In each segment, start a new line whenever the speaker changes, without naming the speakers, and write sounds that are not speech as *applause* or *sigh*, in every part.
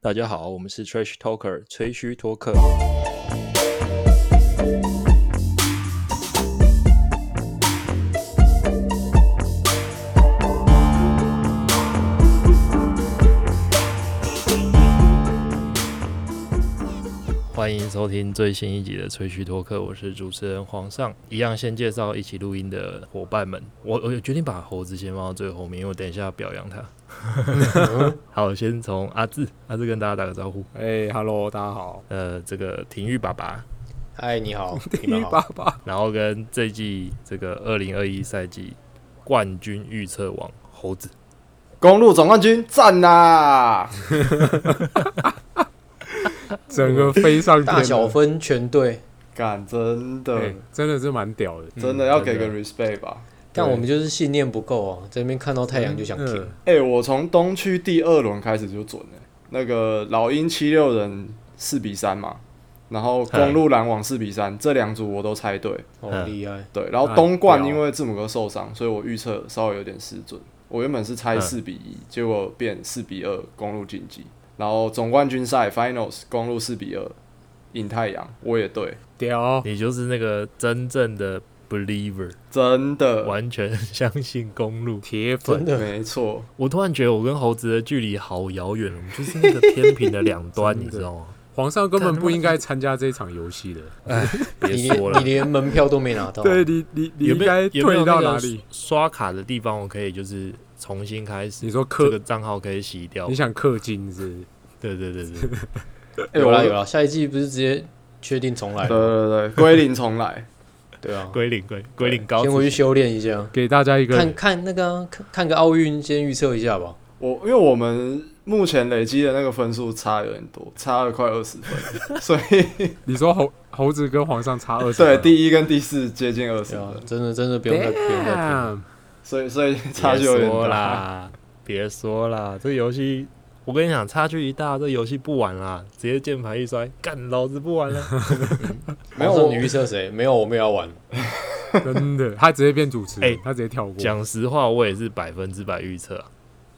大家好，我们是 Trash Talker 吹嘘托客。欢迎收听最新一集的吹嘘托客，我是主持人皇上。一样先介绍一起录音的伙伴们，我我决定把猴子先放到最后面，因为我等一下要表扬他。好，先从阿志，阿志跟大家打个招呼。
哎、h e l l o 大家好，
呃，这个廷玉爸爸，
嗨，你好，你
地
们
狱
好
爸。爸，
然后跟这季这个二零二一赛季冠军预测王猴子，
公路总冠军，赞啦！
整个飞上天了，
大小分全对，
干，真
哎、
的，
真的是蛮屌的，
嗯真的要给个
真
respect 吧。
但我们就是信念不够啊，在那边看到太阳就想停。
哎，我从东区第二轮开始就准了，那个老鹰七六人四比三嘛，然后公路篮网四比三，这两组我都猜对。
哦，
嗯
厉害！
对，然后
啊
东冠
屌
因为字母哥受伤，所以我预测稍微有点失准。我原本是猜
嗯
四比一、结果变四比二，公路晋级。然后总冠军赛 Finals 公路四比二赢太阳，我也对，
屌，
你就是那个真正的 believer，
真的，
完全相信公路。
铁粉
真，的，
没错。
我突然觉得我跟猴子的距离好遥远，我们就是那个天平的两端，
*laughs* 真
你
的
知道吗？
皇上根本不应该参加这场游戏的，
别
你
说
连
了
你，连门票都没拿到，啊
对你，你你
有
应
没有
该
有没有
退
那
到
个
哪里？
刷卡的地方，我可以就是重新开始
你，说
这
氪
个，账号可以洗掉
你。想氪金是不是？
对对对对，
哎
有啦
我呃
有啦，下一季不是直接确定重来
对
吗？
对对，归零重来， *laughs*
对啊，
归零归归零高
先回去修炼一下，
给大家一个
看看那个啊看看个奥运，先预测一下吧。
我因为我们目前累积的那个分数差有点多，差了快二十分，所以
你说猴猴子跟皇上差二十，
*laughs* 对第一跟第四接近二十
对啊
分，，
真的真的不用再不用再拼。
damn，
所以所以 *laughs* 差距有
别
点
说
大。
啦，别说啦，这个游戏我跟你讲，差距一大，这游戏不玩啦，直接键盘一摔，干，老子不玩了。
没有
皇上
我
你预测谁？没有，我们也要玩。
真的，他直接变主持人
哎，
他直接跳过，
讲实话，我也是百分之百预测啊，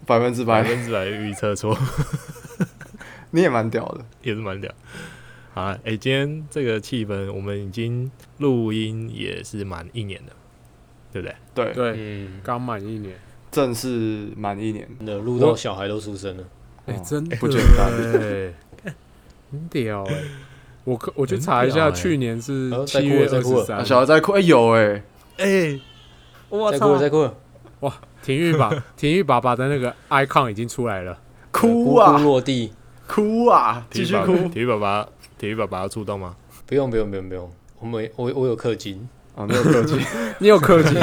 百分之
百
百，
分之百预测 *laughs* 错，
你也蛮屌的。
也是蛮屌。好啦，哎、今天这个气氛，我们已经录音也是满一年的，对不对？
对，
对，
嗯，
刚满一年，
正式满一年，
真的录到小孩都出生了，
哎，
哦
真的
不简单
哎，很屌哎，我可我去查一
很屌
下，
哎
去年是
哦再
七
哭了
月
再
二
哭了
十三
啊、，小孩在哭，哎、有哎、
哎、我
再过再过，
体育爸，体育爸爸的那个 icon 已经出来了，
咕
哭
咕
啊
落地，
哭啊，继续哭。
体育爸爸，体育爸爸要出动吗？
不用不用不用不用，我们我我有氪金，
哦，没有客气，
你有氪金，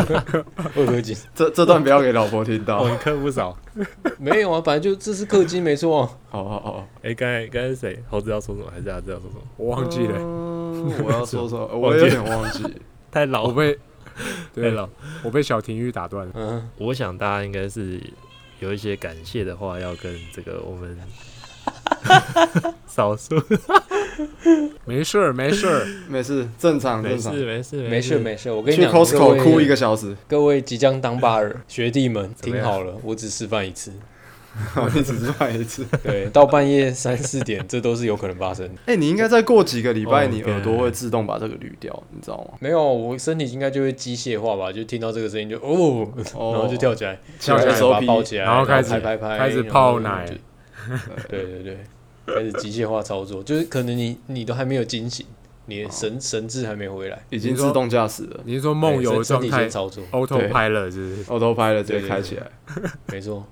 我有氪金。
这这段不要给老婆听到
我。们哦客不少。
没有啊，本来就这是氪金没错、啊。
好好好，
哎、刚才刚才是谁？猴子要说什么？还是阿志要说什么？
我忘记了，
嗯我要说什么？我有点忘记。
太
哦
老
我
*laughs*
被
太
对
老。
我被小廷玉打断了，
嗯，
我想大家应该是有一些感谢的话要跟这个我
*laughs*
们少数
没事儿没事儿，
没事，正常
没
正常。
事没事
没事没事，我跟你
去
讲，各
Costco
位
哭一个小时，
各位即将当爸的学弟们，
怎么
听
样
好了，我只示范一次。
你只是办一次。
对，到半夜三四点，这都是有可能发生的。
*laughs* 哎、你应该再过几个礼拜，
Oh,
你
God
耳朵会自动把这个捋掉，你知道吗？
没有，我身体应该就会机械化吧，就听到这个声音就哦，*laughs*
哦
然后就跳起来，
跳
起来
然后把它抱
SOP，
起来，
然后开始
拍拍拍，
开始
然后
泡奶
就。对对对，开始机械化操作，就是可能你你都还没有惊醒，你的神神智还没回来，
已经自动驾驶了，
你是说哦梦游
对
的
身
状
哎身体
态
先操作，
，auto pilot 是不是？
我都拍了，直接开起来。
没错。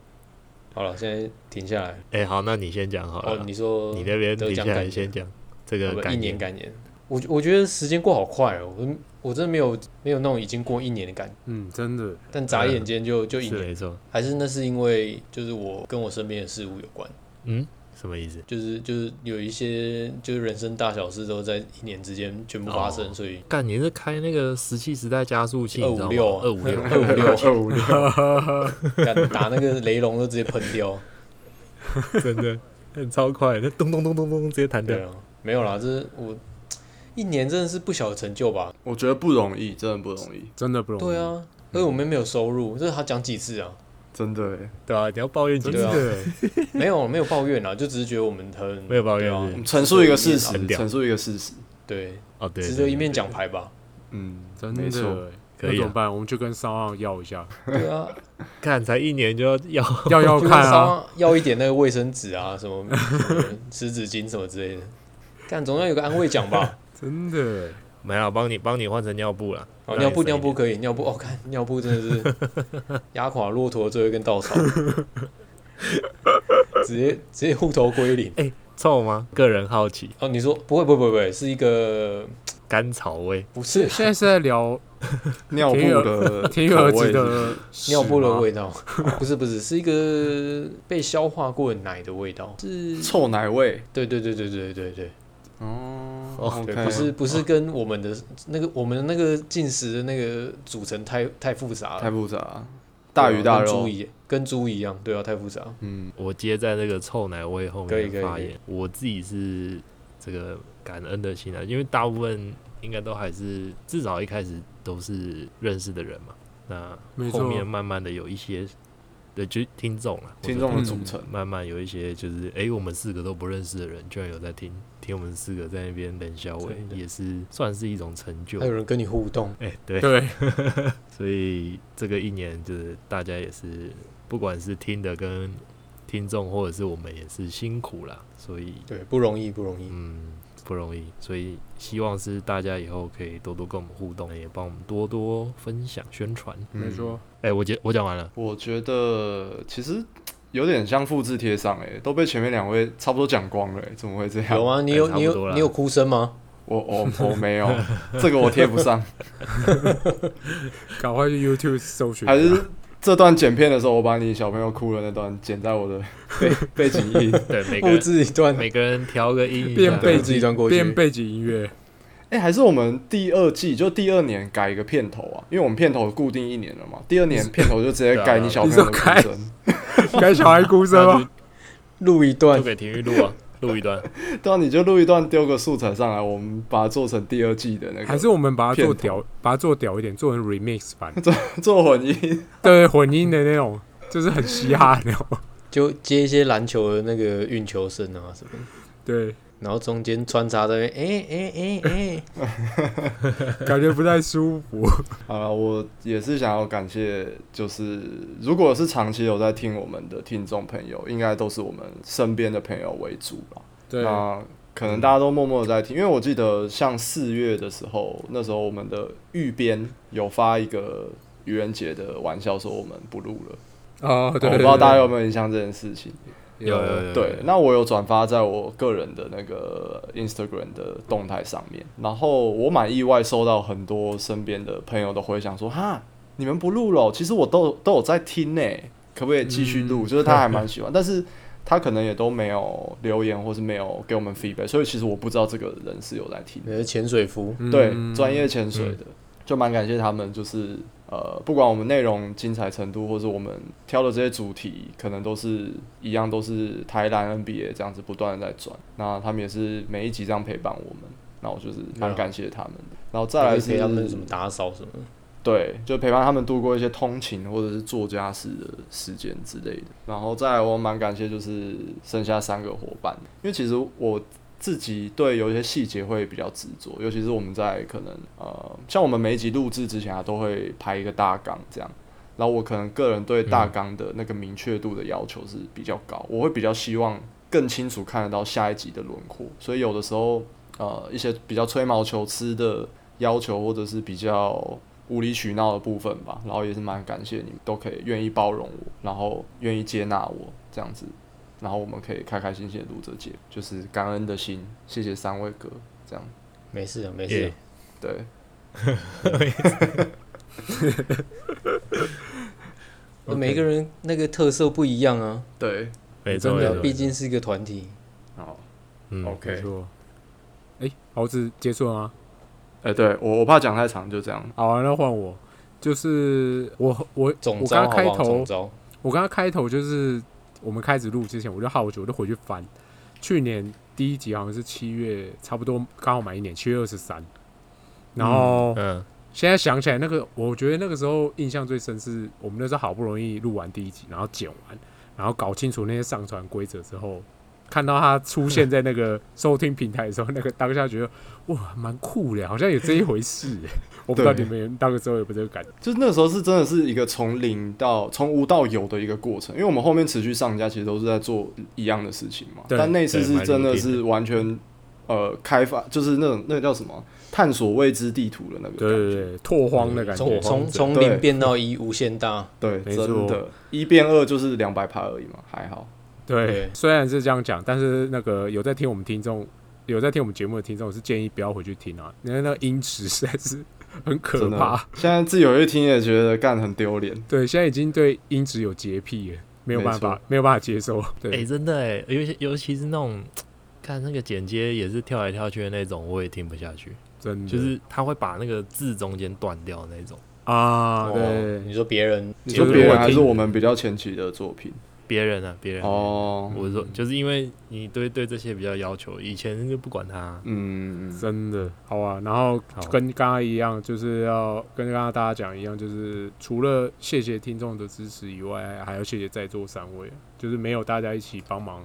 好了，现在停下来。
哎、好，那你先讲好了
哦
啦，，
你说
你那边
得
停下
奖
来
感
先讲这个
我们
感
一
言
年感言，我我觉得时间过好快哦，我我真的没有没有那种已经过一年的感觉，
嗯，真的，
但眨眼间就就一
嗯是
年，
没错，
还是那是因为就是我跟我身边的事物有关，
嗯，什么意思？
就是就是有一些就是人生大小事都在一年之间全部发生，
哦
所以
干，你是开那个石器时代加速器，你知道吗？
256
二五六，
*laughs* 二五六
二五六，
敢打那个雷龙都直接喷
*laughs*
掉，
*laughs* 真的很超快，那咚咚咚咚咚直接弹掉
对。啊，没有啦，这是我一年真的是不小的成就吧？
*laughs* 我觉得不容易，真的不容易。
嗯
真的不容易。
对，啊，因为我们没有收入，这是他讲几次啊？
真的欸耶，
对吧、啊？你要抱怨几
真的
次？
没有没有抱怨啊啦，就只是觉得我们很
没有抱怨
对啊
是不是
陈述一个事实
很，屌
陈述一个事实，
啊对，
哦，对，
值
对
得一面奖牌吧？
嗯，
真
没错，
的，
可
那
以
怎么
啊，
办？我们就跟商奥要一下，
*laughs* 对啊，
看才一年就要要
要要
就跟
看啊，
商要一点那个卫生纸啊，
*laughs*
什么什么湿纸巾什么之类的，干总要有个安慰奖吧？
*laughs* 真的。
没了，帮你帮你换成尿布了。
哦，
让
尿
你
布
省
尿
一
布可以，尿布哦，看尿布真的是
*laughs*
压垮骆驼的最后一根稻草，直接直接户头归零。
点臭吗？个人好奇，
哦，你说不会不会不会不会，是一个
甘草味。
不是
现在是在聊
尿布
*laughs*
的
天佑儿
口
子
味
的屎
尿布的
吗
味道，不是不是，是一个被消化过的奶的味道，是
是，臭奶味，
对对对对对对对
哦
哦
，OK，
对，不是不是跟我们的那个我们的那个进食的那个组成太太复杂了，
太复杂了，大鱼
对啊跟
大肉
猪，一跟猪一样，对啊，太复杂。
嗯，
我接在那个臭奶味后
可以
面的
可以
发
可以
言，我自己是这个感恩的心啊，因为大部分应该都还是至少一开始都是认识的人嘛，那
没
后
错
面慢慢的有一些对，就听众啊了，我说
听
啊
众的
嗯
组成，
慢慢有一些就是，哎、我们四个都不认识的人，居然有在听听我们四个在那边冷笑话，
真的
也是算是一种成就
还。有人跟你互动，
哎、对，
对，
所以这个一年就是大家也是，不管是听的跟听众，或者是我们也是辛苦啦，所以
对，不容易不容易。
嗯不容易，所以希望是大家以后可以多多跟我们互动，也帮我们多多分享宣传。
嗯
没错，
哎、我讲我讲完了，
我觉得其实有点像复制贴上、欸，都被前面两位差不多讲光了、欸，怎么会这样？
有啊，你
哎
有
差
你
不多
有
啦
你有哭声吗？
我我我没有，这个我贴不上，
赶快去 YouTube 搜寻。
还是这段剪片的时候，我把你小朋友哭的那段剪在我的背背景 *laughs* 音。
对每个
*laughs* 复
人
制一段，
每个人调个音一
变
下
背
复制一段过
变
去，
背景音乐，
哎、还是我们第二季就第二年改一个片头啊，因为我们片头固定一年了嘛，第二年片头就直接
对啊
改你小朋友的
你说改
哭声。
该小孩哭声
那
吗
就？
录一
就
段，
给体育录啊，录一段。
对啊，你就录一段丢个素材上来，我们把它做成第二季的那个，
还是我们把它做
片头
屌，把它做屌一点，做成 remix
*laughs*
版，
做混音？
对，混音的那种，就是很嘻哈的那种。
就接一些篮球的那个运球声啊什么的，
对，
然后中间穿插在那边，哎
*laughs*
哎哎哎，
感觉不太舒服。
好了，我也是想要感谢，就是如果是长期有在听我们的听众朋友，应该都是我们身边的朋友为主吧。
对
那可能大家都默默的在听，因为我记得像四月的时候，那时候我们的预编有发一个愚人节的玩笑，说我们不录了。
哦，对，
我不知道大家有没有印象这件事情。
有有有
对，那我有转发在我个人的那个 Instagram 的动态上面，然后我蛮意外收到很多身边的朋友的回响说，哈，你们不录了，其实我都都有在听呢，可不可以继续录？就是他还蛮喜欢，但 *laughs* 是他可能也都没有留言或是没有给我们 feedback，所以其实我不知道这个人是有在听的。
你的潜水服，
嗯
对，专业潜水的，就蛮感谢他们，就是呃，不管我们内容精彩程度，或是我们挑的这些主题，可能都是一样，都是台南 NBA 这样子不断的在转，那他们也是每一集这样陪伴我们，那我就是蛮感谢他们的。然后再来
还
是
陪他们什么打扫什么的，
对，就陪伴他们度过一些通勤或者是做家事的时间之类的。然后再来，我蛮感谢就是剩下三个伙伴，因为其实我自己对有一些细节会比较执着，尤其是我们在可能呃，像我们每一集录制之前啊，都会排一个大纲这样。然后我可能个人对大纲的那个明确度的要求是比较高，我会比较希望更清楚看得到下一集的轮廓，所以有的时候呃一些比较吹毛求疵的要求或者是比较无理取闹的部分吧，然后也是蛮感谢你们都可以愿意包容我，然后愿意接纳我这样子，然后我们可以开开心心的录这节，就是感恩的心，谢谢三位哥，这样
没事啊没事啊，
对，
那每个人那个特色不一样啊，
对，
没
真
错没
的，
错，
毕竟是一个团体，
好
嗯
没
OK，
错。哎，猴子结束了吗？
哎、对我我怕讲太长，就这样，
好啊，那换我。就是我我
总
我
招
刚
好
开
不好？
头
总招，
我刚刚开头就是我们开始录之前，我就好久我就回去翻去年第一集，好像是七月，差不多刚好满一年，七月二十三。然后
嗯，
现在想起来，那个我觉得那个时候印象最深是我们那时候好不容易录完第一集，然后剪完，然后搞清楚那些上传规则之后，看到它出现在那个收听平台的时候，那个当下觉得哇，蛮酷的，好像有这一回事耶。我不知道你
对
们那个时候有没有这个感觉？
就是那时候是真的是一个从零到从无到有的一个过程，因为我们后面持续上架，其实都是在做一样的事情嘛。
对
但那次
对
是
蛮
真的
固定的
是完全呃开发，就是那种那个叫什么探索未知地图的那个
对
感
对
觉。
对，拓荒的感觉
从。从从
对
零变到一，无限大。
对
没
真
错
的，一变二就是两百趴而已嘛，还好。
对
对，
虽然是这样讲，但是那个有在听我们听众，有在听我们节目的听众，我是建议不要回去听啊，因为那个音质实在是很可
真的
怕。，
现在自己有一听也觉得干很丢脸。
对，现在已经对音质有洁癖了，没有
没
办法
错，
没有办法接受。
哎、
对，
真的哎、尤其尤其是那种看那个剪接也是跳来跳去的那种，我也听不下去。
嗯
真的
就是他会把那个字中间断掉的那种，
啊，
哦
对，
你说别人，
你说
就是
别
我
人还
听
是我们比较前期的作品
别人啊，别人。
哦，
我是说，就是因为你对对这些比较要求，以前就不管他。
嗯，
真的好啊。然后
好
跟刚刚一样，就是要跟刚刚大家讲一样，就是除了谢谢听众的支持以外，还要谢谢在座三位，就是没有大家一起帮忙，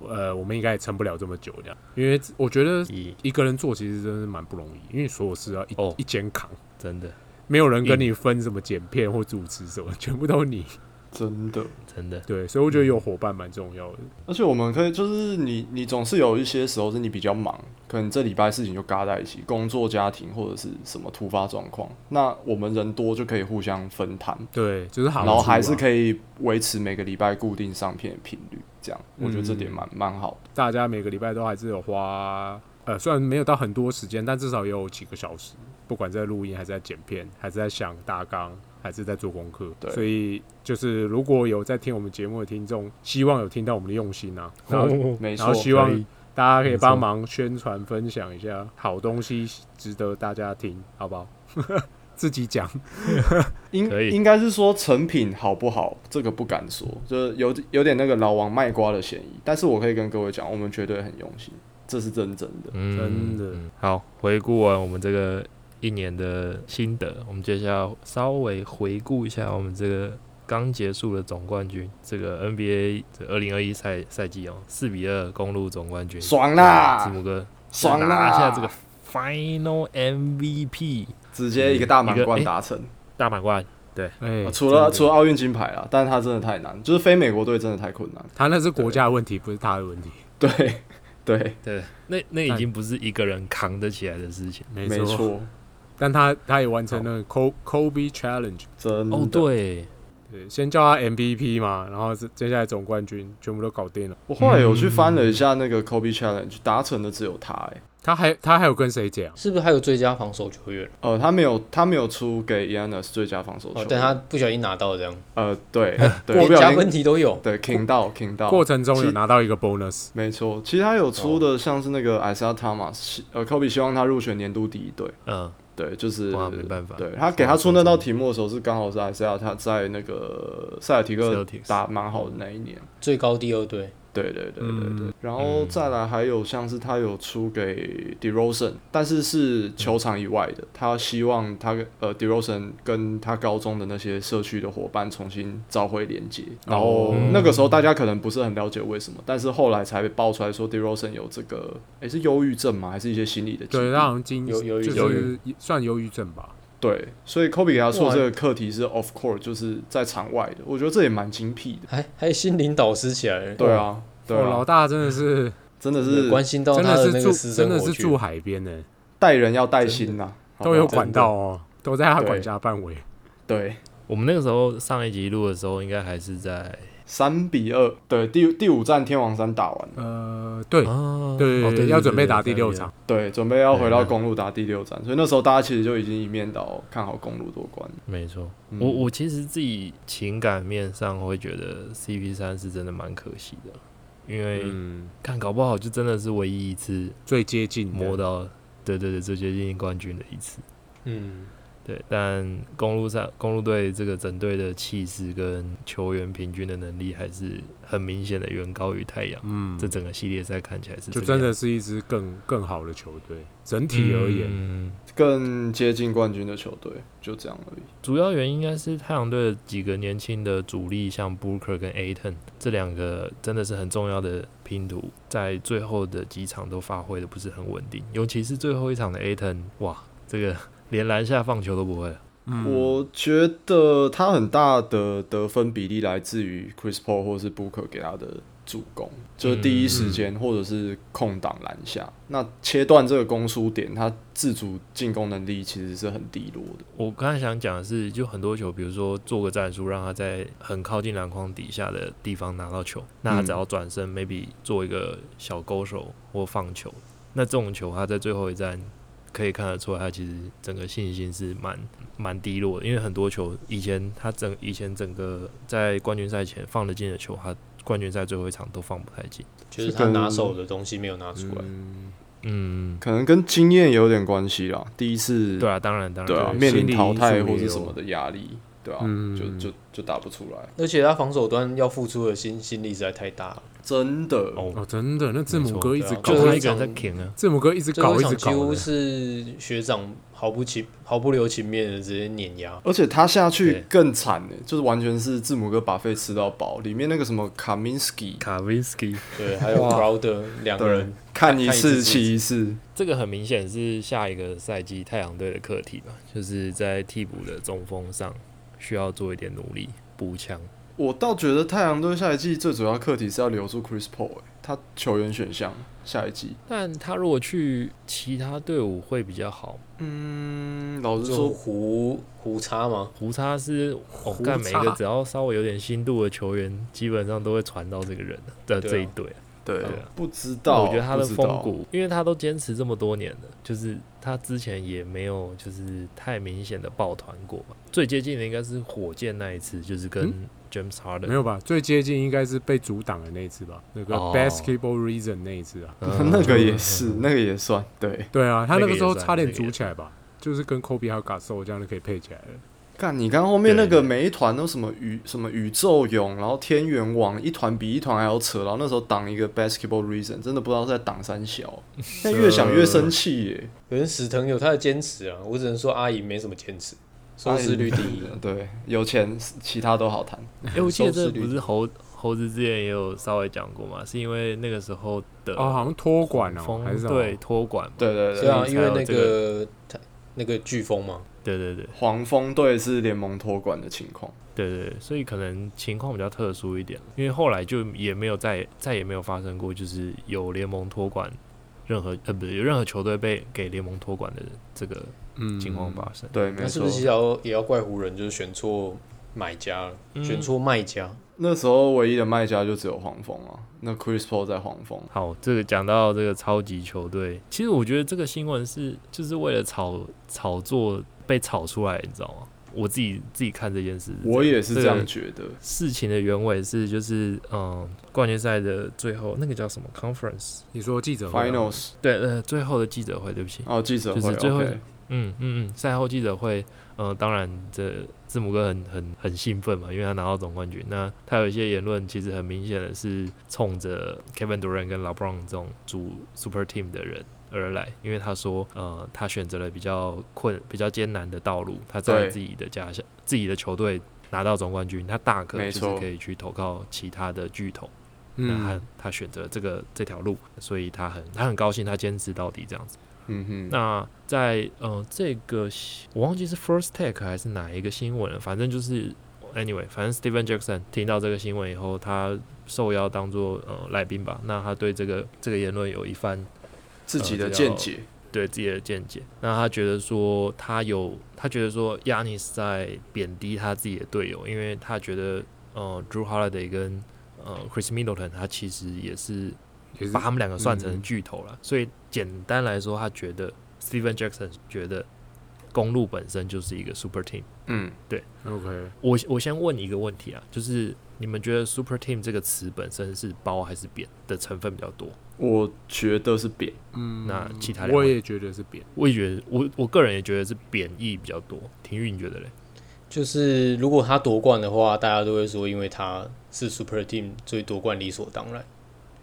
呃，我们应该也撑不了这么久这样。因为我觉
嗯
得
咦，
一个人做其实真的是蛮不容易，因为所有事要一、
哦嗯
一肩扛，
真的，
没有人跟你分什么剪片或主持什么，全部都是你。
真的。
真的，
对，所以我
嗯
觉得有伙伴蛮重要的。
而且我们可以，就是你，你总是有一些时候是你比较忙，可能这礼拜事情就嘎在一起，工作、家庭或者是什么突发状况。那我们人多就可以互相分摊，
对，就是好、啊
然后还是可以维持每个礼拜固定上片的频率，这样我觉得这点蛮蛮好的。
大家每个礼拜都还是有花，呃，虽然没有到很多时间，但至少也有几个小时，不管在录音还是在剪片，还是在想大纲，还是在做功课。
对
所以就是如果有在听我们节目的听众，希望有听到我们的用心
*laughs*
啊，然后
没
然
错
后，希望
可以
大家可以
没错
帮忙宣传分享一下好东西，值得大家听，好不好？ *laughs* 自己讲，
应
可以
应该是说成品好不好，这个不敢说，就是有有点那个老王卖瓜的嫌疑。但是我可以跟各位讲，我们绝对很用心，这是真真的。
嗯
真的
嗯好，回顾完我们这个一年的心得，我们接下来稍微回顾一下我们这个刚结束的总冠军，这个 NBA 这二零二一赛赛季哦，四比二公路总冠军，
爽啦
字母哥
爽啊啦！
拿下啊这个 Final MVP
直接一个大
一
满
个
贯
诶
达成。
大满贯，
哎
啊除了除
了
了奥运金牌啊，但是他真的太难，就是非美国队真的太困难。
他那是国家的问题，不是他的问题，
对对，
对，那那已
但
经不是一个人扛得起来的事情。
没
没错，
但他他也完成了 Ko- Kobe Challenge，
真的。
哦，对，
对，先叫他 MVP 嘛，然后是接下来总冠军全部都搞定了。
我后来有去翻了一下那个 Kobe Challenge，达成的只有他、欸，
他还他还有跟谁啊讲？
是不是还有最佳防守球员？
呃，他没有他没有出给 Yanis 最佳防守球
哦
员，，
但他不小心拿到这样，
呃
*laughs*
对对，
连
不小
加
心
分题都有。
对 King 到 King 到，
过程中
哦其
有拿到一个 bonus，
没错，其实他有出的像是那个 Isaiah Thomas，希呃，Kobe 希望他入选年度第一队，
嗯，
对，就是
哇，没办法，
对他给他出那道题目的时候是刚好是 Isaiah 他在那个塞尔提克
Celtics
打蛮好的那一年。
最高第二队，
对对对对对，
嗯
然后再来还有像是他有出给 DeRozan，但
嗯
是是球场以外的，他希望他跟呃 DeRozan 跟他高中的那些社区的伙伴重新召回连接，然
哦
后
嗯
那个时候大家可能不是很了解为什么，但是后来才被爆出来说 DeRozan 有这个，诶是忧郁症吗？还是一些心理的疾
对，
病？
他好像今
有有
就
有
是算忧郁症吧。
对，所以 Kobe 给他说这个课题是 off court，就是在场外的，我觉得这也蛮精辟的。
还还心灵导师起来了。
对，啊，对
哦，老
啊，
大真的是
真的是
关心到
真
他
的
那
是
个
住
私
真
生
的
活
是
去。
住海边呢，
带人要带心呐、好不
都
好
有
管
管道哦，都在他管辖范围。
对，
我们那个时候上一集录的时候，应该还是在
三比二，对，第第五站天王山打完了，
呃，对
啊，哦
对对，要准备打
对
第
对
六场。
对，准备要回到
对
公路打第六站，所以那时候大家其实就已经一面倒看好公路夺冠了。
没错。
嗯
我我其实自己情感面上会觉得 CP 三是真的蛮可惜的，因为
嗯，
看搞不好就真的是唯一一次
最接近的
摸到，对对对，最接近冠军的一次。
嗯，
对，但公路上公路队这个整队的气势跟球员平均的能力还是很明显的远高于太阳。
嗯
这整个系列赛看起来是
就
这样
真的是一支更更好的球队，整体而言，
嗯
更接近冠军的球队，就这样而已。
主要原因应该是太阳队的几个年轻的主力，像 Booker 跟 Aton 这两个真的是很重要的拼图，在最后的几场都发挥的不是很稳定，尤其是最后一场的 Aton，哇，这个连篮下放球都不会了。
嗯
我觉得他很大的得分比例来自于 Chris Paul 或是 Booker 给他的助攻，就是第一时间或者是空档篮下。那切断这个攻输点，他自主进攻能力其实是很低落的。
我刚才想讲的是，就很多球，比如说做个战术，让他在很靠近篮筐底下的地方拿到球，那他只要转身、m a y b e 做一个小勾手或放球，那这种球他在最后一站可以看得出来，他其实整个信心是蛮蛮低落的，因为很多球以前他整以前整个在冠军赛前放得进的球，他冠军赛最后一场都放不太进。
就是他拿手的东西没有拿出来。
嗯，
嗯，
可能跟经验有点关系啦。第一次
对啊，当然当然，
对啊，
对
面
心理
临淘汰
因素也
或是
有
什么的压力，对啊，
嗯
就就就打不出来，
而且他防守端要付出的心心力实在太大了，
真的。
哦，
哦，真的，那字
没
母
错
哥一直
对啊
搞，
就是
他
他
一个
一直
人在 king 啊，
字母哥一直
最后
搞，
一
一
场
直
几
搞
乎
的，
是学长毫不情毫不留情面的直接碾压。
而且他下去
对
更惨呢，就是完全是字母哥把费吃到饱，里面那个什么卡明斯基，
卡维斯基。
对，还有
哇
Crowder 两个人，
看一
看一次
次
是一
气一次，
这个很明显是下一个赛季太阳队的课题吧，就是在替补的中锋上需要做一点努力补强。
我倒觉得太阳队下一季最主要课题是要留住 Chris Paul，、欸、他球员选项下一季，
但他如果去其他队伍会比较好。
嗯，老实
就
说，
胡胡叉嘛，
胡叉是哦，
胡
干每一个
叉
只要稍微有点心度的球员，基本上都会传到这个人的
对啊
这一队。
对
对啊，
不知
但
道，
我觉得他的
不知道
风骨，因为他都坚持这么多年了，就是他之前也没有就是太明显的抱团过吧。最接近的应该是火箭那一次，就是跟 James Harden
没有吧？最接近应该是被阻挡的那一次吧，那个
哦
basketball reason 那一次啊。
嗯
*laughs* *laughs* 那个也是，那个也算，对，
对啊，他
那
那
个
个
也
时候
算
差点
那个也
组起来吧，就是跟 Kobe 还有 Gasol 这样就可以配起来了。
看你看后面那
对
个每一团都什么宇什么宇宙泳，然后天元网一团比一团还要扯，然后那时候挡一个 basketball reason，真的不知道在挡
*laughs*
三小，那越想越生气耶、
可是史藤有他的坚持啊，我只能说阿姨没什么坚持，收视率第一。
对，有钱其他都好谈，
*laughs* 哎、我记得
收
这
视率
不是猴猴子之前也有稍微讲过嘛，是因为那个时候的
哦，好像托管哦，
呃风
还是什么
对托管嘛，
对对
对
对，
啊，
所以
因
才
为
有
那
这
个他那个飓风嘛，
对对对
黄蜂队是联盟托管的情况。
对对，对所以可能情况比较特殊一点，因为后来就也没有再再也没有发生过，就是有联盟托管任何呃不是有任何球队被给联盟托管的这个
嗯
情况发生。
对，
那
没
是
错
不。是也要也要怪湖人，就是选错买家了，
嗯
选错卖家？
那时候唯一的卖家就只有黄蜂啊，那 Chris Paul 在黄蜂，啊
好，这个讲到这个超级球队，其实我觉得这个新闻是就是为了炒炒作被炒出来，你知道吗？我自己自己看这件事是这样，
我也是这
个
样觉得。
事情的原委是，就是嗯，冠军赛的最后那个叫什么 conference？
你说记者会啊
Finals
对，呃，最后的记者会，对不起，
哦，记者
就
会
是最后
，OK，
嗯嗯嗯，赛后记者会，呃，当然这字母哥很很很兴奋嘛，因为他拿到总冠军。那他有一些言论，其实很明显的是冲着 Kevin Durant 跟 LeBron 这种主 Super Team 的人而来，因为他说，呃，他选择了比较困、比较艰难的道路，他在
对
自己的家乡、自己的球队拿到总冠军，他大可
没
就是
错
可以去投靠其他的巨头。那他
嗯，
他选择这个这条路，所以他很他很高兴，他坚持到底这样子。
嗯哼，
那在呃这个新我忘记是 First Take 还是哪一个新闻了，反正就是 anyway，反正 Steven Jackson 听到这个新闻以后，他受邀当做呃来宾吧。那他对这个这个言论有一番
自己
呃
的
这
见
叫
解，
对自己的见解。那他觉得说他有，他觉得说亚尼斯在贬低他自己的队友，因为他觉得呃 Drew Holiday 跟呃 Chris Middleton 他其实也是
也是
把他们两个算成
嗯
巨头了。所以简单来说，他觉得 Steven Jackson 觉得公路本身就是一个 super team。
嗯，
OK，
我我先问一个问题啊，就是你们觉得 super team 这个词本身是褒还是贬的成分比较多？
我觉得是扁，
嗯，
那其他两
我
位
也觉得是扁，
我也觉得，我我个人也觉得是贬义比较多。廷玉，你觉得嘞？
就是如果他夺冠的话，大家都会说，因为他是 Super Team，所以夺冠理所当然。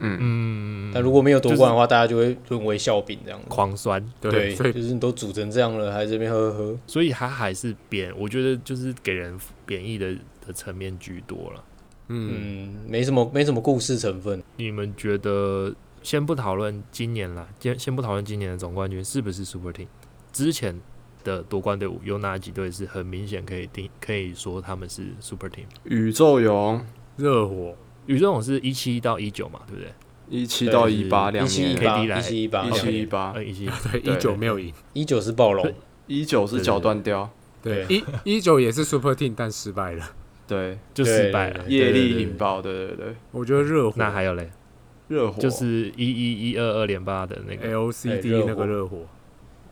嗯，
嗯
但如果没有夺冠的话，大家就会沦为笑柄这样子。
狂酸，
对，所以
就是你都煮成这样了，还这边喝喝喝。
所以他还是贬，我觉得就是给人贬义的的层面居多了。
嗯，
嗯，没什么没什么故事成分。
你们觉得，先不讨论今年啦，先先不讨论今年的总冠军是不是 Super Team，之前的夺冠队伍有哪几队是很明显可以定可以说他们是 Super Team？
宇宙泳
热火
宇宙勇是一七到一九嘛，对不对？
一七到
对
一八
一
两
七一
年，
八，
KD 来
一七一八，
一七一
啊
八，
呃，一七
对
对
一九没有赢，
一九是暴龙，
一九是脚断掉，
对
对
一一九也是 Super Team 但失败了，
对，
就
对
失败了。
对
业力
对
引爆，对对对，
我觉得热火
那还有嘞，
热火
就是一一一二二连八的那个。
哎热
LCD
火
那个热火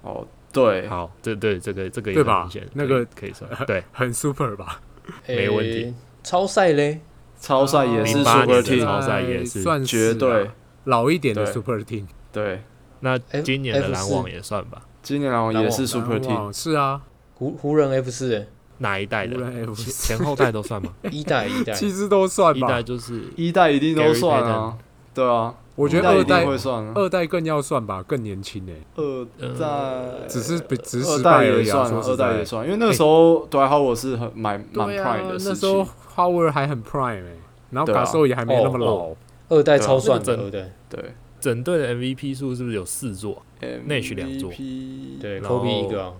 哦，对，
好，这对这个这个也
对
很
吧
明显，
那
可以
个哎
可以算对。
很 Super 吧，
*laughs* 没问题
诶。超赛嘞，
超
哦
赛也是
08年的
啊
Super Team，
超赛也是
哎算
绝对
啦老一点的
对
Super Team，
对，
那
哎 F-
今年的
F4
篮网也算吧？
今年篮网也是 Super
篮
Team，
网是啊，
湖湖人 F 四
*laughs*
诶，
哪一代的
湖人 F4
前前后代都算吗？
一代一代，
其实都算
一代
吧，
就是
一代一定都算啊，对啊，
我觉
一
得
代
二
一定
代
会算啊，
二呃代更要算吧，更年轻诶，
二代
只是比只是
二
失败
代
而
也
已啊，
算，
说
二
实
代
在
也，算，因为那个时候对还好我是很蛮蛮
对啊
prime 的
那
事
时候
情，
Howard 还很 Prime 诶，然后
对啊
卡索也还没那么
哦
老，
二代超算
对
的，
啊那
对
个
不对？
对
整队的 MVP 数是不是有四座内需两座
MVP
对
然后
科比一个啊，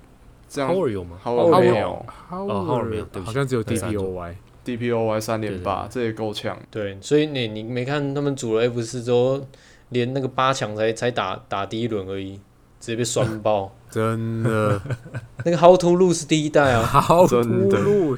这样
？Howard 有吗？
好
好
我没哦有
Howard 没有
Howard
对不起
好像只有
对三
DPOY，
DPOY 三连八，
对
这也够呛，
对，所以你你没看他们组了 F 四之后，连那个八强才才打打第一轮而已，直接被酸
*laughs*
爆。
真的 *laughs*
那个 How to lose 第一代啊，
好突
真的
兀，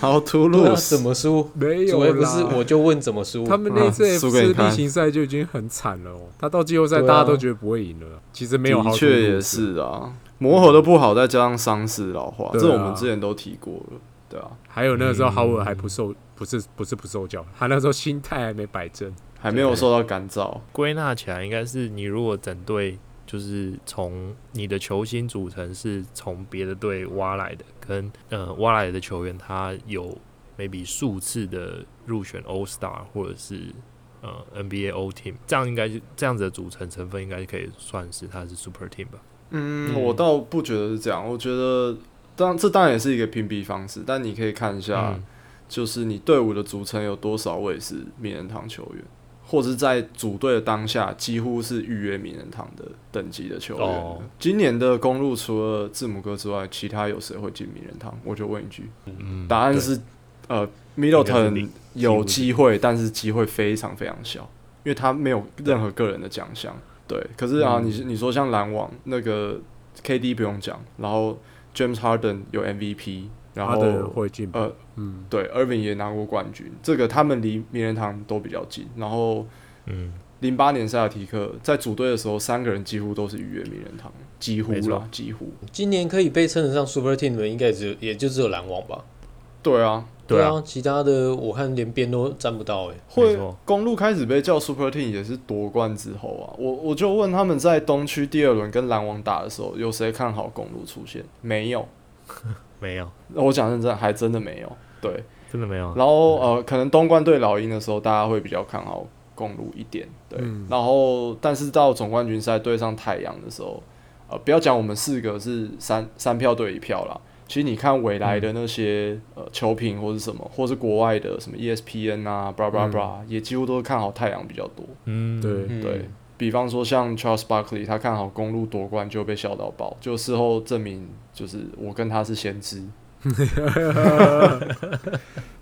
然后 To
对啊
Lose
怎么输？
没有
组
啦
F 四我就问怎么输。
他们那次
啊
F
输给
四
你
例
看
行赛就已经很惨了哦，他到季后赛
对啊
大家都觉得不会赢了，其实没有好
的
处
确也是啊，磨合的不好，再加上伤势老化，
对啊
这我们之前都提过了，对啊，
还有那个时候
嗯
豪尔还不受，不是不是不受教，他那时候心态还没摆正，
还没有受到干燥，
归纳起啊来应该是你如果整队就是从你的球星组成是从别的队挖来的，跟呃挖来的球员他有 maybe 数次的入选 All Star 或者是呃 NBA O Team，这样应该就这样子的组成成分应该可以算是它是 Super Team 吧。
嗯，
嗯
我倒不觉得是这样，我觉得当这当然也是一个评比方式，但你可以看一下，
嗯
就是你队伍的组成有多少位是名人堂球员，或者在组队的当下几乎是预约名人堂的等级的球员。
哦
今年的公路除了字母哥之外，其他有谁会进名人堂？我就问一句，
嗯，
答案是呃
该是
，Middleton
零
有机会，但是机会非常非常小，因为他没有任何个人的奖项。对，可是啊，
嗯
你你说像篮网那个 KD 不用讲，然后 James Harden 有 MVP，然
他的
后
会进步，
呃
嗯，
对，Irving 也拿过冠军，这个他们离名人堂都比较近。然后
嗯，
零八年塞尔提克在组队的时候，三个人几乎都是预约名人堂，几乎
没错
啦，几乎。
今年可以被称得上 Super Team 的，应该只有也就只有篮网吧。
对啊，
对啊，
啊，其他的我看连边都沾不到哎、
没
会
错
公路开始被叫 Super Team 也是夺冠之后啊，我我就问他们在东区第二轮跟篮网打的时候，有谁看好公路出现？没有，
没有，
我讲认真，还真的没有。对，
真的没有。
然后呃，可能东冠对老鹰的时候，大家会比较看好公路一点，对。
嗯
然后，但是到总冠军赛对上太阳的时候，呃，不要讲我们四个是三三票对一票啦。其实你看未来的那些、呃球评或是什么，或是国外的什么 ESPN 啊，blah blah blah，、也几乎都是看好太阳比较多。
嗯，
对，
嗯
对，比方说像 Charles Barkley，他看好公路夺冠就被笑到爆，就事后证明就是我跟他是
*laughs*
先知。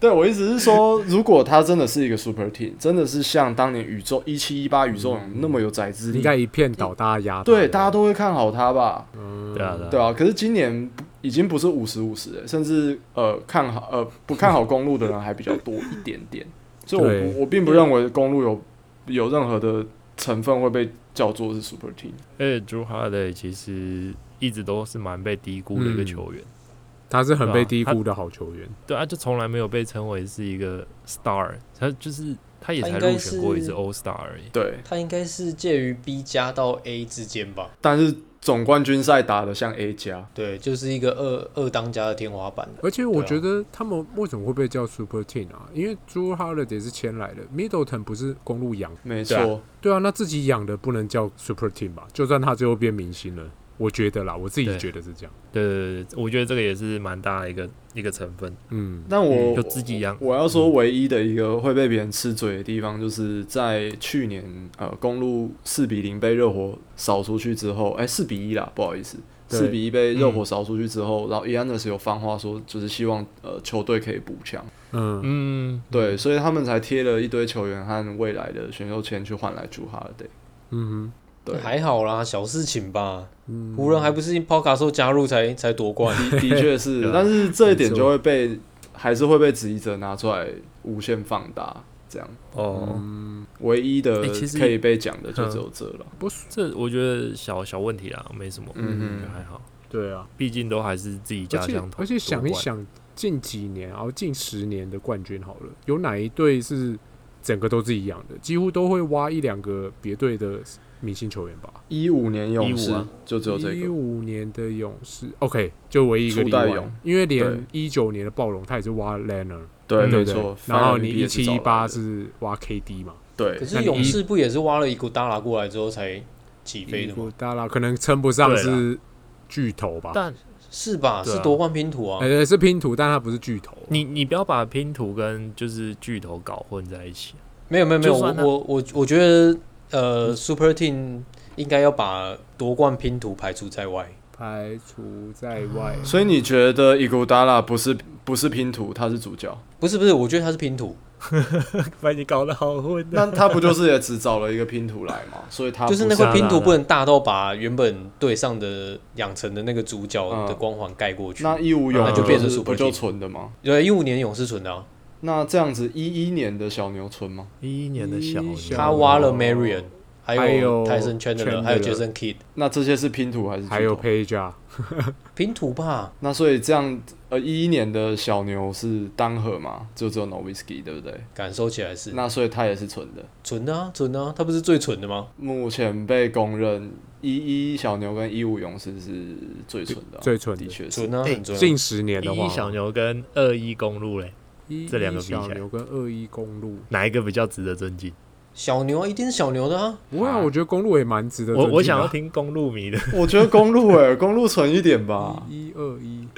对我意思是说，如果他真的是一个 super team，真的是像当年宇宙一七一八宇宙勇那么有宰制
应
力，
该一片倒大家压倒，
对大家都会看好他吧？
对啊，对啊，
对啊，可是今年不已经不是五十五十，甚至呃看好呃不看好公路的人还比较多一点
*laughs*
点，所以我
对
不我并不认为公路有有任何的成分会被叫做是 super team。
而且 Drew Holiday 其实一直都是蛮被低估的一个球员。
他是很
对
被
啊
低
他
估的好球员。
对啊，就从来没有被称为是一个 star，他就是他也
他
才
应该
入选过一次
是
All Star 而已。
对，
他应该是介于 B 加到 A 之间吧？
但是总冠军赛打得像 A 加，
对，就是一个二二当家的天花板了。
而且我
对啊
觉得他们为什么会被叫 Super Team 啊？因为 Drew Holiday 是签来的，Middleton 不是公路养，
没
对啊
错，
对啊，那自己养的不能叫 Super Team 吧？就算他最后变明星了，我觉得啦，我自己
对
觉得是这样。
对对对对，我觉得这个也是蛮大的一个一个成分。
嗯，
但
嗯
我
就自己养嗯
我要说，唯一的一个会被别人吃嘴的地方，就是在去年呃公路四比零被热火扫出去之后，哎四比一啦，不好意思，
对
四比一被热火扫出去之后，然后 i a n n 有放话说，就是希望呃球队可以补强，
嗯，
嗯，
对，所以他们才贴了一堆球员和未来的选秀签去换来朱哈
*laughs*
德。
嗯
对，
还好啦，小事情吧。
嗯
湖人还不是因 p o c a 说加入才才夺冠？
*laughs*
的的确是
对啊，
但是这一
没
点
错
就会被还是会被质疑者拿出来无限放大，这样
哦，
嗯
唯一的
哎其实
可以被讲的就只有这了。
这我觉得小小问题啦，没什么，
嗯
嗯，还好，
对啊，
毕竟都还是自己
而
家
且
乡
而且想一，想，近几年然后近十年的冠军好了，有哪一队是整个都自己养的？几乎都会挖一两个别队的明星球员吧。
一五年勇士
15啊
就只有这
一
个，
五年的勇士，OK，就唯一一个例
初代
外
勇，
因为
对
连一九年的暴龙他也是挖 l e n n e r
对，
对
没
不对
错。？
然后你
Fire MVP
一
也是
七
找
一
来
八
的
是挖 KD 嘛，
对
可，是勇士不也是挖了一股达拉过来之后才起飞的
不
吗？
大啦，可能称不上
对啦
是巨头吧。
但
是吧？
对啊
是夺冠拼图啊
哎、。对是拼图，但他不是巨头。
你你不要把拼图跟就是巨头搞混在一起。
没有没有没有，
就
我
算啊他
我我我觉得呃，Super Team 应该要把夺冠拼图排除在外。
排除在外，
所以你觉得伊古达拉不是不是拼图，他是主角？
不是不是，我觉得他是拼图，
把你搞得好混
那他不就是也只找了一个拼图来嘛？ *laughs* 所以他
就是那
不
块
啊
拼
对
图
啊
不能大到把原本队上的养成的那个主角
嗯
的光环盖过去。
那一五勇
那
士
就变
成
是
Super
不就
Team
存的吗？
对，一五年勇士存的啊，
那这样子一一年的小牛存吗？
一一年的小牛，
小
他挖了
哦
Marion，还
还有
有 Tyson Chandler，还有
Chandler
Jason Kidd，
那这些是拼图还是
还
巨
有
头
Page 啊，
拼图吧？
那所以这样，呃，一一年的小牛是单核嘛，就只有 Novisky 对不对？
感受起来是
那所以他也是纯的。
存的啊，存的啊，他不是最存的吗？
目前被公认一一小牛跟一五勇士是最纯的啊、
最纯
的
的。
确是
存。啊，
哎
很存啊。
近十年的
一
话，
一小牛跟二一公路嘞，
一
这两个
一
比起来
小牛跟二一公路，
哪一个比较值得尊敬？
小牛啊，一定是小牛的啊。
不会啊，
啊
我觉得公路也蛮值得尊敬
我
的啊。
我想要听公路迷的，
*laughs* 我觉得公路哎、公路纯一点吧。
一一二一，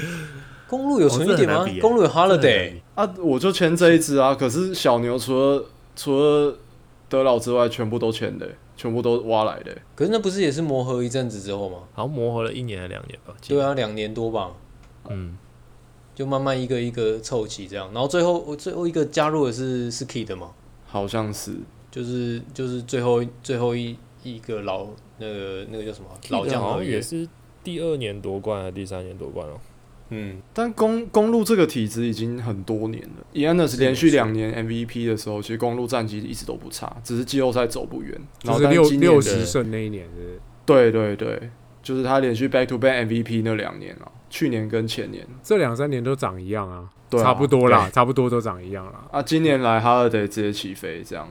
公路有存一
哦
点
这很
吗
难比？耶
公路有
对
Holiday，
啊，我就签这一支啊。可是小牛除了除了德老之外，全部都签的欸、全部都挖来的欸、
可是那不是也是磨合一阵子之后吗？
好像磨合了一年还两年吧？我记
对
得，
啊，两年多吧，
嗯，
就慢慢一个一个凑齐这样。然后最后我最后一个加入的是是 Kid 嘛，
好像是
就是就是最后最后一一个老那个那个叫什么啊老将
好
合
像
约
也，是第二年夺冠还是第三年夺冠哦？
嗯，
但公公路这个体质已经很多年了 i a n n s 连续两年 MVP 的时候，其实公路战绩一直都不差，只是季后赛走不远。
就
然后
是
但
六
今年
六
的
十胜那一年是不是
对对对，就是他连续 back to back MVP 那两年啊，去年跟前年，
这两三年都长一样啊，
对啊
差不多啦，差不多都长一样啦。
啊，今年来哈尔得直接起飞，这样。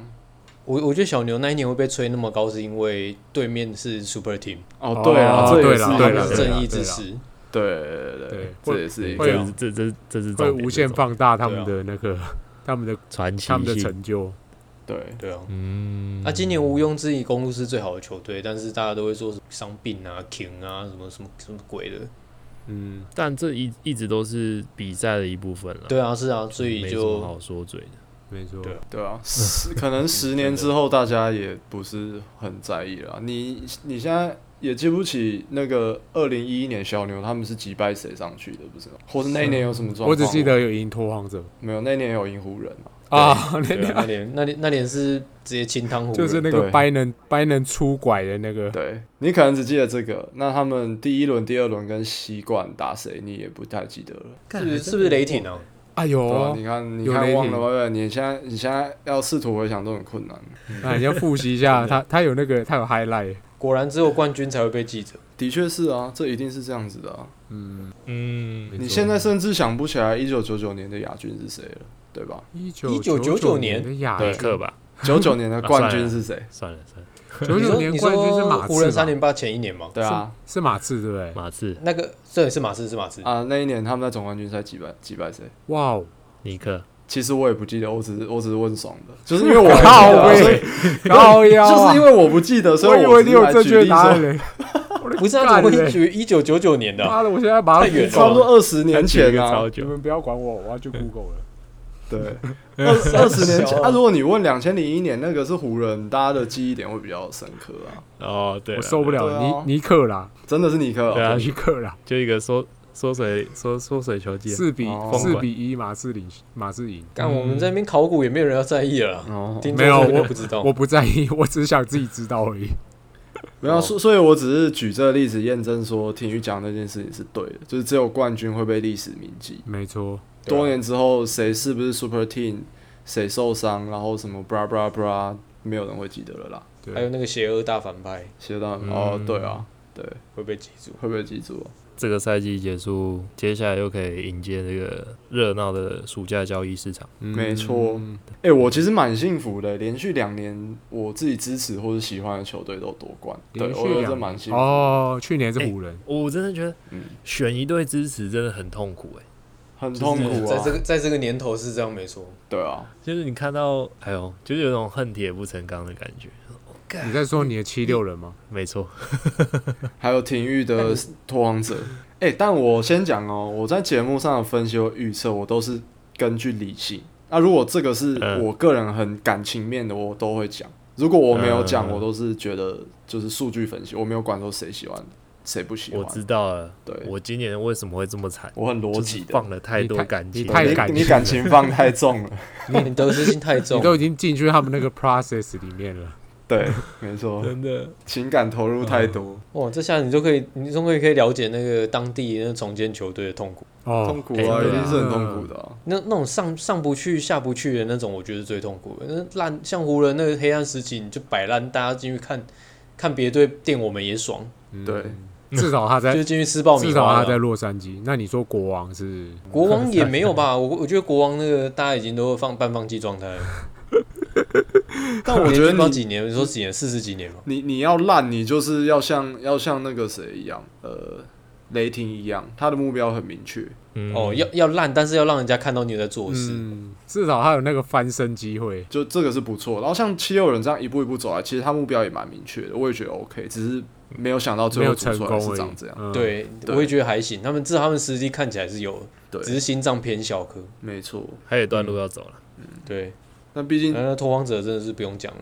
我我觉得小牛那一年会被吹那么高，是因为对面是 Super Team，
哦，对啊，
哦
这也
对
是
啦
他
对
们
啦
是
对啦
正义之师，
对对对
对
对，
会
这也是一
会
个
有
这这这这是重
会
点
无
这
限
是重点
放大他们的那个、他们的
传奇
他们的
性，
成就。
对。
对啊。
嗯，
那、今年毋庸置疑，公路是最好的球队，但是大家都会说什么伤病啊、停啊、什么什么什么鬼的。
嗯，
但这一一直都是比赛的一部分了，
对啊，是啊，所以
没什么
就
好说嘴的。
没错。
对啊
对
*laughs*
啊，十可能十年之后大家也不是很在意了啊。你你现在也记不起那个二零一一年小牛他们是击败谁上去的，不是吗？或是那一年有什么状况？
我只记得有赢拓荒者
没有，那年有赢湖人嘛。
啊，那
对啊
那
那年那年那年是直接清汤湖人，
就是那个
对
掰能掰能出拐的那个，
*laughs* 对你可能只记得这个，那他们第一轮、第二轮跟西冠打谁，你也不太记得了。
是不是是不是雷霆啊？
哎呦，
对啊，
*laughs*
你看，你
有雷
看
霆
忘了吧？对你现在你现在要试图回想都很困难。
哎啊，你要复习一下，他他有那个他有 highlight，
果然只有冠军才会被记着，
的确是啊，这一定是这样子的啊。
嗯，
嗯，
没
你
错
现在甚至想不起来一九九九年的亚军是谁了，
*laughs*
对吧？
一
1999
年的亚
德
军，
克吧，
九九年的
啊
冠
算
军
了
是谁？
算了算了，
九九年
你说
冠军是马
湖人
刺
三
嘛，
连霸前一年吗？
对啊，
是马刺对不对？
马刺、
那个这也是马刺，是马刺。
啊，那一年他们在总冠军赛击败击败谁？
哇
*laughs*
哦，
尼克，
其实我也不记得，我只是我只是问爽
*laughs*
的，就是因为我
靠
不
背
记得所以 *laughs*
高腰啊，
就是因为我不记得，所
我以为你
只是
有
来
正
举
确
例
答案
说，
嘞，
不是啊，
干
怎么
嘞
会举一九九九年的啊？
妈的，我现在把它
太远了
补
差
充
不多二十
*laughs*
年
举一
前
个
啊
超，
你
久，
们不要管我，我要去 Google 了。
*laughs* 对，二 *laughs* 二十年前
小
啊，如果你问两千零一年那个是湖人，大家的记忆点会比较深刻啊，
哦，对，
我受不，了
对啊
尼尼克啦，
真的是尼克
对
哦，
啊
尼克啦，
就一个缩缩水缩缩水球季啊，
四比
哦
四比一，马刺领马刺赢。
干，我们这边考古也没有人要在意了啊。
哦，
听众
没有
可能都不知道。
我不在意，我只是想自己知道而已。
没有啊，所所以，我只是举这个例子验证说体育奖那件事情是对的，就是只有冠军会被历史铭记。
没错，
对啊
多年之后，谁是不是 Super Team，谁受伤，然后什么 bra bra bra，没有人会记得了啦。
还
对，
有那个邪恶大反派
写到、
嗯
哦，对啊，对，
会被记住。
会不会记住、啊？
这个赛季结束，接下来又可以迎接这个热闹的暑假交易市场。
没错
嗯，
哎、我其实蛮幸福的，连续两年我自己支持或是喜欢的球队都夺冠，对
连
我
续
觉得
两
这蛮幸福。
哦，去年是湖人，
我真的觉得
嗯，
选一队支持真的很痛苦哎、
很痛苦
在
啊
这，个在这个年头是这样没错。
对啊，
就是你看到，哎呦，就是有种恨铁不成钢的感觉。
哎
你在说你的七六人吗？
没错，
还有体育的拓荒者。哎、但我先讲哦，我在节目上的分析和预测，我都是根据理性。那、如果这个是
嗯
我个人很感情面的，我都会讲；如果我没有讲，
嗯
我都是觉得就是数据分析，我没有管说谁喜欢谁不喜
我
欢。
知道了。
对，
我今年为什么会这么惨？
我很逻
就是
辑的，
放了太多
你太
感情
你，太
你
感
你
性
感情放太重了。
你得失心太
嗯
重
你，都已经进去他们那个 process 里面了。
对，没
*laughs*
错，
真的。
情感投入太多，
哇！哦这下你就可以，你终于可以了解那个当地那重建球队的痛苦。
痛
哦，
苦
哎
啊，一
对啊
定是很痛苦的啊、
那那种上上不去下不去的那种，我觉得是最痛苦的。那烂像湖人那个黑暗时期，你就摆烂，大家进去看看别队垫我们也爽，
嗯
对，
至少他
就
在
是进去吃爆米
至少
花
他
的
在
啊。
洛杉矶。那你说国王是
国王也没有吧？我我觉得国王那个大家已经都放半放弃状态了。
但我
连续
觉得
不知道
你
几年，你说几年？四十几年吗？
你你要烂，你就是要像要像那个谁一样，呃，雷霆一样，他的目标很明确。
嗯
哦，要要烂，但是要让人家看到你有在做事。
嗯，至少他有那个翻身机会。
就这个是不错。然后像七六人这样一步一步走来，其实他目标也蛮明确的，我也觉得 OK，只是没有想到
没
最
有
后组
成
出
功
来
而
是
已
长这样。，
嗯，
对，
对啊
我也觉得还行。他们至少他们实际看起来是有的，只
对，
是心脏偏小颗。
没错。
还有一段路要走了。
对，
那毕竟
那拓荒者真的是不用讲了，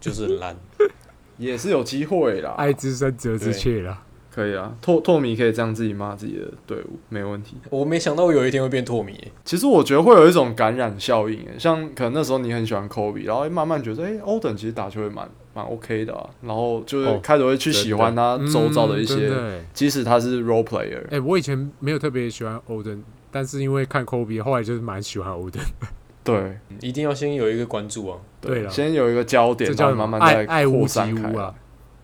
就是很烂。 *laughs*
也是有机会啦，
爱之深责之切啦。
可以啊。拓拓米可以这样自己骂自己的队伍，没问题。
我没想到我有一天会变拓迷，
其实我觉得会有一种感染效应耶，像可能那时候你很喜欢 Kobe，然后慢慢觉得，哎、欧登其实打球也蛮蛮 OK 的、啊，然后就是
哦
开始会去喜欢他周遭的一
嗯真
些，
欸
即使他是 role player，
哎、我以前没有特别喜欢欧登，但是因为看 Kobe，后来就是蛮喜欢欧登。
对
一定要先有一个关注啊。
对了，
先有一个焦点，
这
然
叫
后
什么
慢慢
爱
再
爱屋
扩
及
散开
乌
来
啊，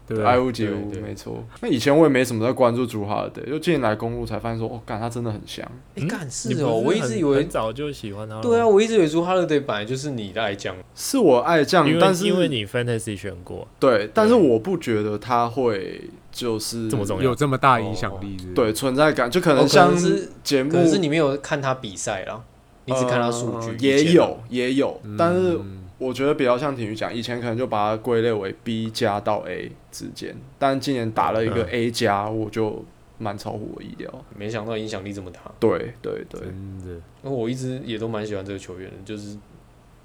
对不
爱
对？
屋及乌，
对对
没错。那以前我也没什么在关注朱哈尔德，就近来公路才发现说，哦，干他真的很香。
哎，干
你
是
不
哦，我一
很
直以为
很，早就喜欢他了吗。
对啊，我一直以为朱哈勒德本来就是你的爱将。
是我爱酱
因，为
但是
因为你 fantasy 选过，
对，但是我不觉得他会就是
这么重要
有这么大影响力是不是
哦对存在感，就可能
哦可能
像
是
节目，
可能是你没有看他比赛啦，你只看他数据
呃。
以
也
前啊，
有也有，但是
嗯
我觉得比较像体育奖，以前可能就把它归类为 B 加到 A 之间，但今年打了一个
嗯
A 加，我就蛮超乎我意料。
没想到影响力这么大。
对对对，
真的
那我一直也都蛮喜欢这个球员的，就是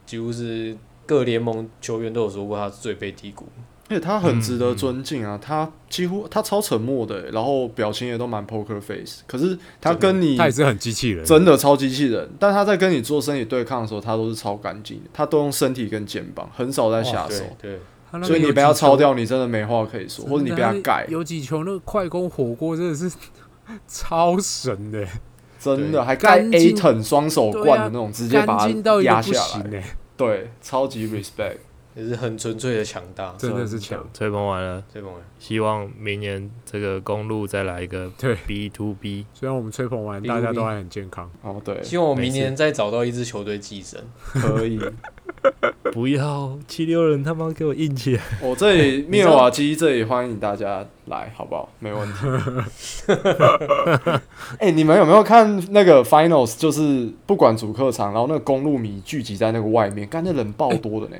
几乎是各联盟球员都有说过他是最被低估。
而且他很值得尊敬
嗯
啊，他几乎他超沉默的欸，然后表情也都蛮 poker face。可是他跟你
他也是很机器人，
真的超机器人，但他在跟你做身体对抗的时候，他都是超干净的，他都用身体跟肩膀，很少在下手
对。对，
他那个
所以你
有
被他
几
抄
球，
掉，你真的没话可以说，
真的
或者你被他
那
盖，
有几球那个快攻火锅真的是超神的，
真的
对
还盖
干
A
净
腾双手
对啊
灌的那种，直接把
干净到
他
一个
压
不
下来
行。哎， *laughs*
对，超级 respect。
也是很纯粹的强大。
真的是强，
吹捧完了，
这帮人
希望明年这个公路再来一个
对
B to B，
虽然我们吹捧完，大家都还很健康，
哦，对，
希望我
没
明
事
年再找到一支球队寄
*laughs*
生。
*laughs*
可以。
不要七六人他妈给我硬起来！
我这里
你知
灭
道
瓦基这里欢迎大家来，好不好？没问题。
*laughs*
*laughs* 哎、你们有没有看那个 Finals？就是不管主客场，然后那个公路迷聚集在那个外面，干那人爆多的呢。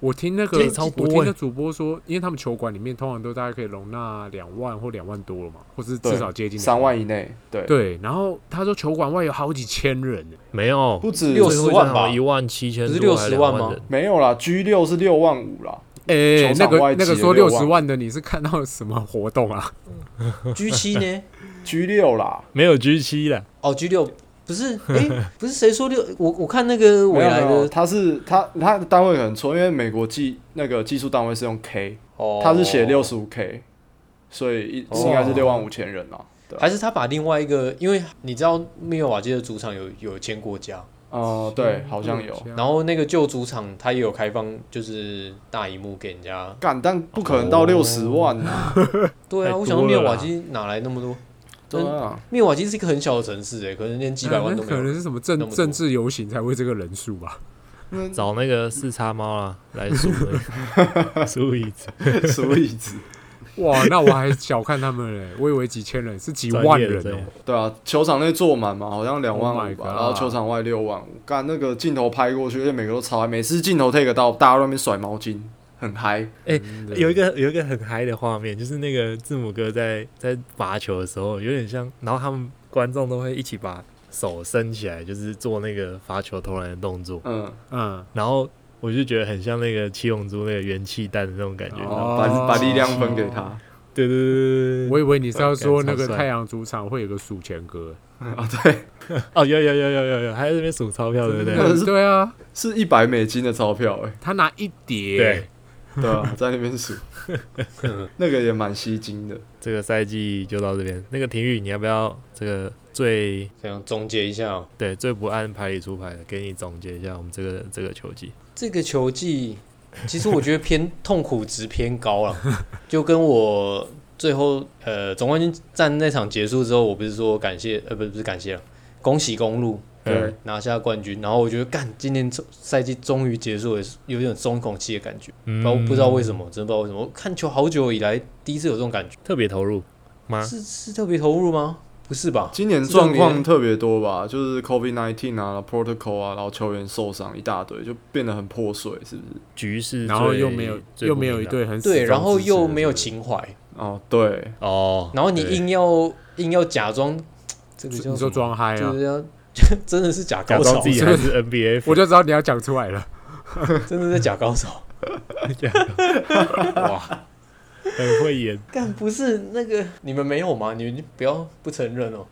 我听那个
这超多
我听
欸
那主播说，因为他们球馆里面通常都大概可以容纳两万或两万多了嘛，或是至
对
少接近
三
2
万。以内，对，
哎对，然后他说球馆外有好几千人呢，
没有，
不止
六60万吧
哦一万七千，
不是60万吗
人？
没有啦，G 六是六万五啦。
哎、
球
那
场
个
外
那个
挤
说
了
六十
6万
万的，你是看到什么活动啊？
G 七呢？
G 六啦，
没有 G 七了，
哦，G 六不
*laughs*
是？诶，不是谁说六？我我看那个
没
未
有
来
没有，
的
他是他他的单位很错，因为美国技那个技术单位是用 K，
哦，
他是写六，十五 K，所以一
哦
应该是六万五千人啦。对
还是他把另外一个？因为你知道密尔瓦基的主场有有签过家，
哦，对，
嗯
好像有。
然后那个旧主场他也有开放，就是大荧幕给人家。
干，但不可能到
哦
六十万啊！
对
太
啊，
多
我想说密尔瓦
了啦
基哪来那么多？
对啊， *laughs*
密尔瓦基是一个很小的城市，哎，可能连几百万
那
都没
可
有
能。是什么
那
政
么多
政治游行才会这个人数吧？
那
找那个四叉猫啦来数那个 *laughs* 数一次，
什么意思？
哇，那我还小看他
*laughs*
们嘞，我以为几千人是几万人
专业的专业
哦
的、
对啊，球场内坐满嘛，好像两万
Oh my
五吧
god
然后球场外六万五。干，那个镜头拍过去，而且每个都超嗨，每次镜头 take 到，大家都在那边甩毛巾，很嗨。
*laughs* 真的
有一个有一个很嗨的画面，就是那个字母哥在在罚球的时候，有点像，然后他们观众都会一起把手伸起来，就是做那个罚球投篮的动作，
嗯，
嗯，
然后我就觉得很像那个七龙珠那个元气弹的那种感觉，你知道吗
哦
把把力量分给他。 *laughs*
对对对对
我
对
以为你是要说那
干
个
超帅
太阳主场会有个数钱哥，
啊，对，
对，哦，有有有有有有，还在那边数钞票， *laughs* 对不对
真？的是
对啊，
是一百美金的钞票哎、
他拿一叠，
对，
对啊，在那边数，那个也蛮吸睛的。
这个赛季就到这边。那个体育，你要不要这个最
这样总结一下哦、
对最不按牌理出牌的，给你总结一下我们这个这个球季？
这个球技，其实我觉得偏痛苦值偏高了，就跟我最后呃总冠军战那场结束之后，我不是说感谢呃不是不是感谢了，恭喜公路
对，
拿下冠军，然后我觉得干今年终赛季终于结束了，有点松一口气的感觉，不
嗯
知道不知道为什么，真的不知道为什么，我看球好久以来第一次有这种感觉，
特别投入吗？
是是特别投入吗？不是吧？
今年
这种
状况
年
特别多吧，就是 COVID nineteen 啊，protocol 啊，然后球员受伤一大堆，就变得很破碎，是不是？
局势，
然后又没有
最
又
不
没有
明
一
朗
队很
对，
始终
然后
支持的
又没有
球队
情怀，
哦，对，
哦，
然后你
对
硬要硬要假装，这个叫
你
什
说
么
装嗨啊
就，是要 *laughs* 真的是假
假
高
装
潮，
自己
是
还
不
是 NBA，
我就知道你要讲出来
*laughs*
了，
真的是假
*laughs*
高潮。
哇，很会演。
干不是那个，你们没有吗？你们不要不承认哦。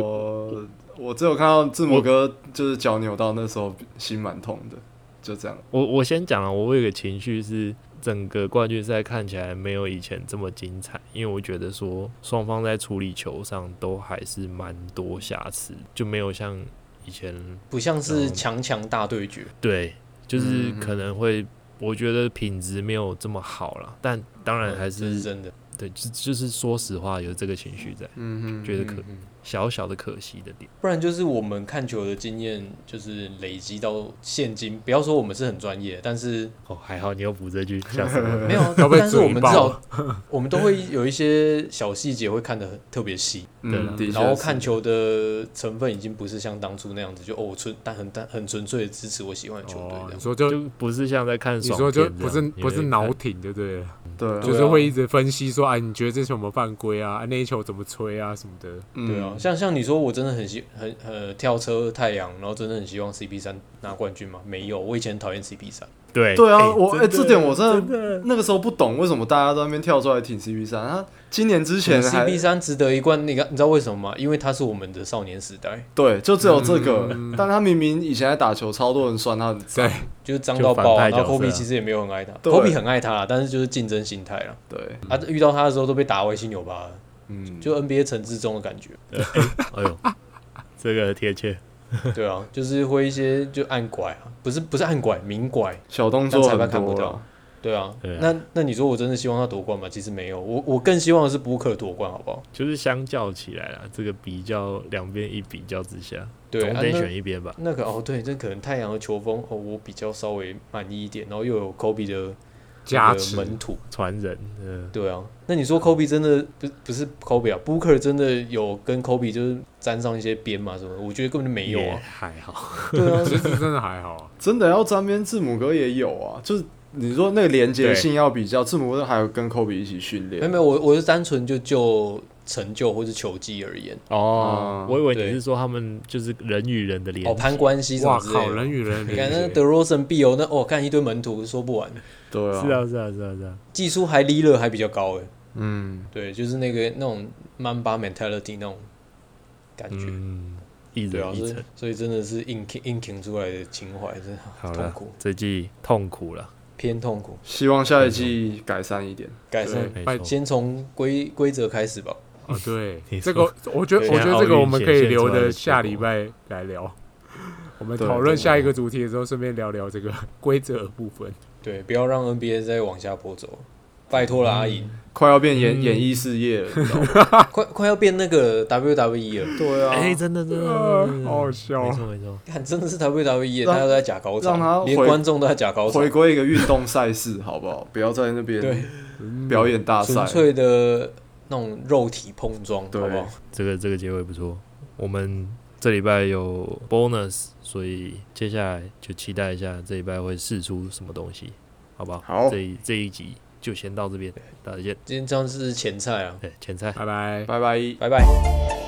我我只有看到字母哥就是脚扭到，那时候心蛮痛的，就这样。
我我先讲了，啊我有一个情绪是，整个冠军赛看起来没有以前这么精彩，因为我觉得说双方在处理球上都还是蛮多瑕疵，就没有像以前
不像是
嗯
强强大对决，
对，就是
嗯
可能会，我觉得品质没有这么好了，但当然还
这
是、
真的。
对，就就是说实话有这个情绪在，
嗯哼，
觉得可
嗯嗯
小小的可惜的点。
不然就是我们看球的经验，就是累积到现今。不要说我们是很专业，但是
哦，还好你又补这句，吓死我 *laughs* 了。
没有啊，
要被
但是
嘴
我们至
爆
少我们都会有一些小细节会看得很特别细，
对
嗯
了
的确是
然后看球的成分已经不是像当初那样子，就哦我纯但很但很纯粹的支持我喜欢的球队
哦，
这
你
样。
说就
就不是像在看
你
爽
说就
片这
不
样
是
你
不是
会
挠
看
挺，对不对了？
对啊，
就是会一直分析说，哎，你觉得这球有没有犯规啊？啊那一球怎么吹啊什么的？
嗯
对啊，像像你说，我真的很希很呃跳车太阳，然后真的很希望 CP 三拿冠军吗？没有，我以前很讨厌 CP 三，
对
对啊，
哎
我哎
真
这
的
点我真
真
的
的
那个时候不懂为什么大家都在那边跳出来挺 CP 三，他今年之前还
CP 三值得一冠，你看你知道为什么吗？因为他是我们的少年时代，
对，就只有这个，但他明明以前在打球，超多人酸他很脏
对，
就是脏
就
到爆
反
啊，
派
然
角
后
色啊
Kobe 其实也没有很爱他
对
，Kobe 很爱他啦，但是就是竞争心态啦，
对，
啊遇到他的时候都被打歪七扭八了，
嗯，
就 NBA 陈志忠
*laughs*
的感觉，
哎呦，这个贴切，
对啊，就是会一些就暗拐啊，不是不是暗拐，明拐，
小动作
但裁判
很
看不
多
到
啦，
对啊，
对啊
那那你说我真的希望他夺冠吗？其实没有，我我更希望的是布克夺冠，好不好？
就是相较起来啦，这个比较两边一比较之下，
对
总
啊，
得
那
选一边吧。
那个哦，对，这可能太阳的球风哦，我比较稍微满意一点，然后又有 Kobe 的
加
那个
持
门徒，
传人，呃，
对啊。那你说 Kobe 真的不不是 Kobe 啊，Booker 真的有跟 Kobe 就是沾上一些边嘛什么的？我觉得根本就没有
也
啊，
还好。
对啊，
其实真的还
*laughs*
好啊。
真的要沾边字母哥也有啊，就是你说那个连接性要比较，字母哥还有跟科比一起训
没有
练
没有，我我是单纯就就成就或是球技而言，
哦
嗯，
我以为
对
你是说他们就是人与人的联
哦，
系
攀关系什么
哇
之类
靠，
的。
人与人的
你看那
连
德
接，
罗森、碧欧，那哦，看一堆门徒说不完，
对
是啊，是啊，是啊，是啊。
技术还 l 勒还比较高哎，
嗯，
对，就是那个那种 Mamba mentality 那种感觉。
嗯，一
对啊，
人一
所以
城。
所以真的是硬挺硬挺出来的情怀，真的
好
痛
了
苦，，
这季痛苦了。
偏痛苦。
希望下一季改善一点。
改
对
善，
没
嗯拜
错
先从规规则开始吧。
啊，对
*laughs* 你，
这
说
个我觉得，
对
我觉得这个我们可以留
现在奥运显现出来的结果
着下礼拜
*laughs*
来聊。我们
对
讨论下一个主题的时候，顺便聊聊这个规则的部分。
对，不要让 NBA 再往下坡走，拜托了，阿姨，
快要变演、
嗯
演艺事业了，你知道吗
*laughs* 快快要变那个 WWE 了，
对啊，
哎，真的，真
呃
的，真的
*laughs* 好好笑
没
啊
错，没错。
看真的是 WWE，
让
大家都在假高
让他
潮，连
回
观众都在假高潮
回，归一个运动赛事好不好？不要在那
对
边，表演大赛
嗯纯。粹的那种肉体碰撞，好
对
不好？
这个这个结尾不错。我们这礼拜有 bonus，所以接下来就期待一下这礼拜会试出什么东西，好不好？
好
这一这一集就先到这边，大家见。哎
今天这样是前菜啊，
对，前菜。
拜拜。
拜拜。
拜拜。